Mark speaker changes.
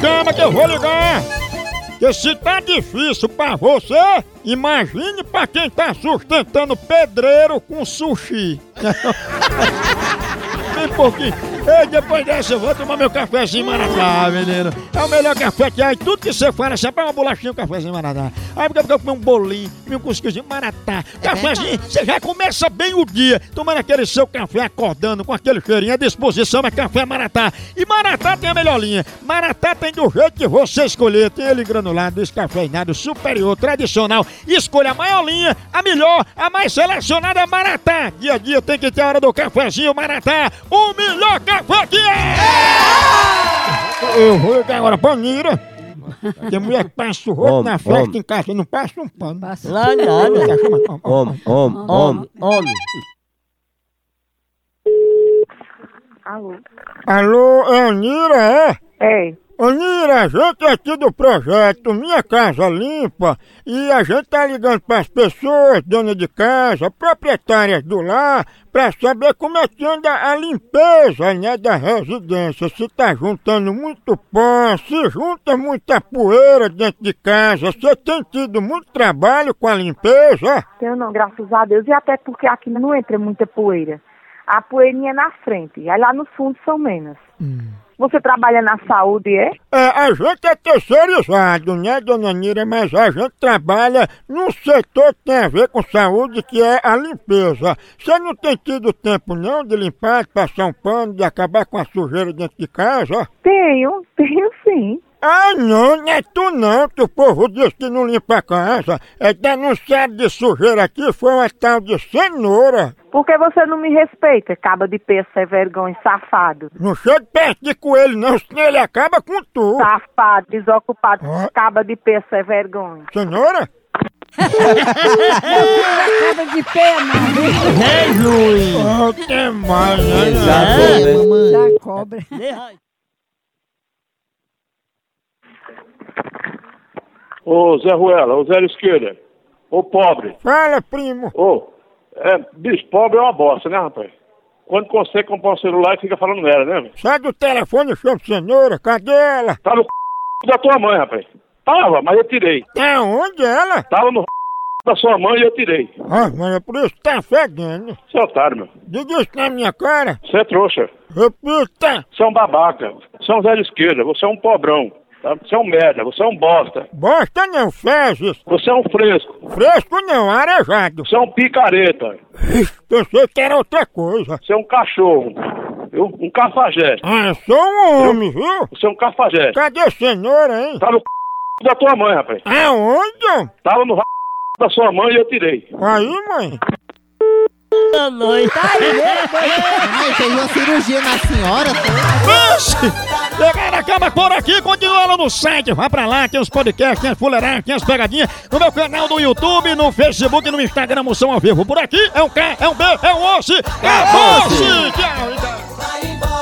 Speaker 1: Chama É, que eu vou ligar! Porque se tá difícil pra você, imagine pra quem tá sustentando pedreiro com sushi. Vem um pouquinho. Ei, depois dessa eu vou tomar meu cafezinho Maratá, menino. É o melhor café que há. E tudo que você fala, você pega uma bolachinha, um cafezinho Maratá. Aí porque eu comer um bolinho, comer um cuscuzinho Maratá. Cafezinho, você já começa bem o dia, tomando aquele seu café, acordando com aquele cheirinho à disposição, é café Maratá. E Maratá tem a melhor linha. Maratá tem do jeito que você escolher. Tem ele granulado, descafeinado, superior, tradicional. Escolha a maior linha, a melhor, a mais selecionada é Maratá. Dia a dia tem que ter a hora do cafezinho Maratá. O melhor café que é! Eu vou ligar agora pra Nira. Tem mulher que passa o rosto
Speaker 2: Homem,
Speaker 1: na festa
Speaker 2: homem.
Speaker 1: em casa e não passa um pano.
Speaker 3: Lá nada.
Speaker 2: Homem, homem, homem, homem.
Speaker 4: Alô?
Speaker 1: Alô, é Anira, é?
Speaker 4: É,
Speaker 1: Anira, a gente é aqui do projeto Minha Casa Limpa e a gente tá ligando para as pessoas, donas de casa, proprietárias do lar, para saber como é que anda a limpeza né, da residência. Se tá juntando muito pó, se junta muita poeira dentro de casa, você tem tido muito trabalho com a limpeza?
Speaker 4: tenho não, graças a Deus. E até porque aqui não entra muita poeira. A poeirinha é na frente, aí lá no fundo são menos. Você trabalha na saúde, é?
Speaker 1: É, a gente é terceirizado, né, dona Nira? Mas a gente trabalha num setor que tem a ver com saúde, que é a limpeza. Você não tem tido tempo, não, de limpar, de passar um pano, de acabar com a sujeira dentro de casa?
Speaker 4: Tenho, tenho sim.
Speaker 1: Ah, não, não é tu não, que o povo diz que não limpa a casa. É denunciado de sujeira aqui, foi uma tal de cenoura.
Speaker 4: Porque você não me respeita, caba de peça, sem vergonha, safado.
Speaker 1: Não chega perto de coelho, não, senão ele acaba com tu.
Speaker 4: Safado, desocupado,
Speaker 1: Ah.
Speaker 4: caba de peça, sem vergonha.
Speaker 1: Cenoura?
Speaker 3: Acaba de pena.
Speaker 1: Oh, tem mais, né?
Speaker 3: Da cobra.
Speaker 5: Ô Zé Ruela, ô Zé Esquerda, ô pobre,
Speaker 1: Fala, primo.
Speaker 5: ô, é, bicho, pobre é uma bosta, né, rapaz? Quando consegue comprar um celular e fica falando nela, né? velho?
Speaker 1: Sai do telefone, chama cenoura, cadê ela?
Speaker 5: Tá no c... da tua mãe, rapaz. Tava, mas eu tirei.
Speaker 1: Tá onde ela?
Speaker 5: Tava no c... da sua mãe e eu tirei.
Speaker 1: Ah, mas é por isso que tá fedendo.
Speaker 5: Você é otário, meu.
Speaker 1: Diga isso na minha cara.
Speaker 5: Você é trouxa.
Speaker 1: Repita.
Speaker 5: Você é um babaca. Você é um Zé Esquerda. Você é um pobrão. Tá? Você é um merda. Você é um bosta.
Speaker 1: Bosta não, fezes.
Speaker 5: Você é um fresco.
Speaker 1: Fresco não, arejado.
Speaker 5: Você é um picareta.
Speaker 1: Ixi, Pensei que era outra coisa.
Speaker 5: Você é um cachorro. Viu? Um cafajeste.
Speaker 1: Ah, eu sou um homem, viu?
Speaker 5: Você é um cafajeste.
Speaker 1: Cadê a cenoura, hein?
Speaker 5: Tá no c... da tua mãe, rapaz.
Speaker 1: Aonde?
Speaker 5: Tava no r... da sua mãe e eu tirei.
Speaker 1: Aí, mãe.
Speaker 6: Ai, fez uma cirurgia na senhora, foi?
Speaker 1: Pense! Pegaram a cama por aqui, continua lá no site, vá pra lá, tem os podcasts, tem as fuleiragens, tem as pegadinhas, no meu canal do YouTube, no Facebook, no Instagram, moção ao vivo. Por aqui é um K, é um B, é um Osso, é Osso! Tchau, tchau.
Speaker 6: Vai embora. tá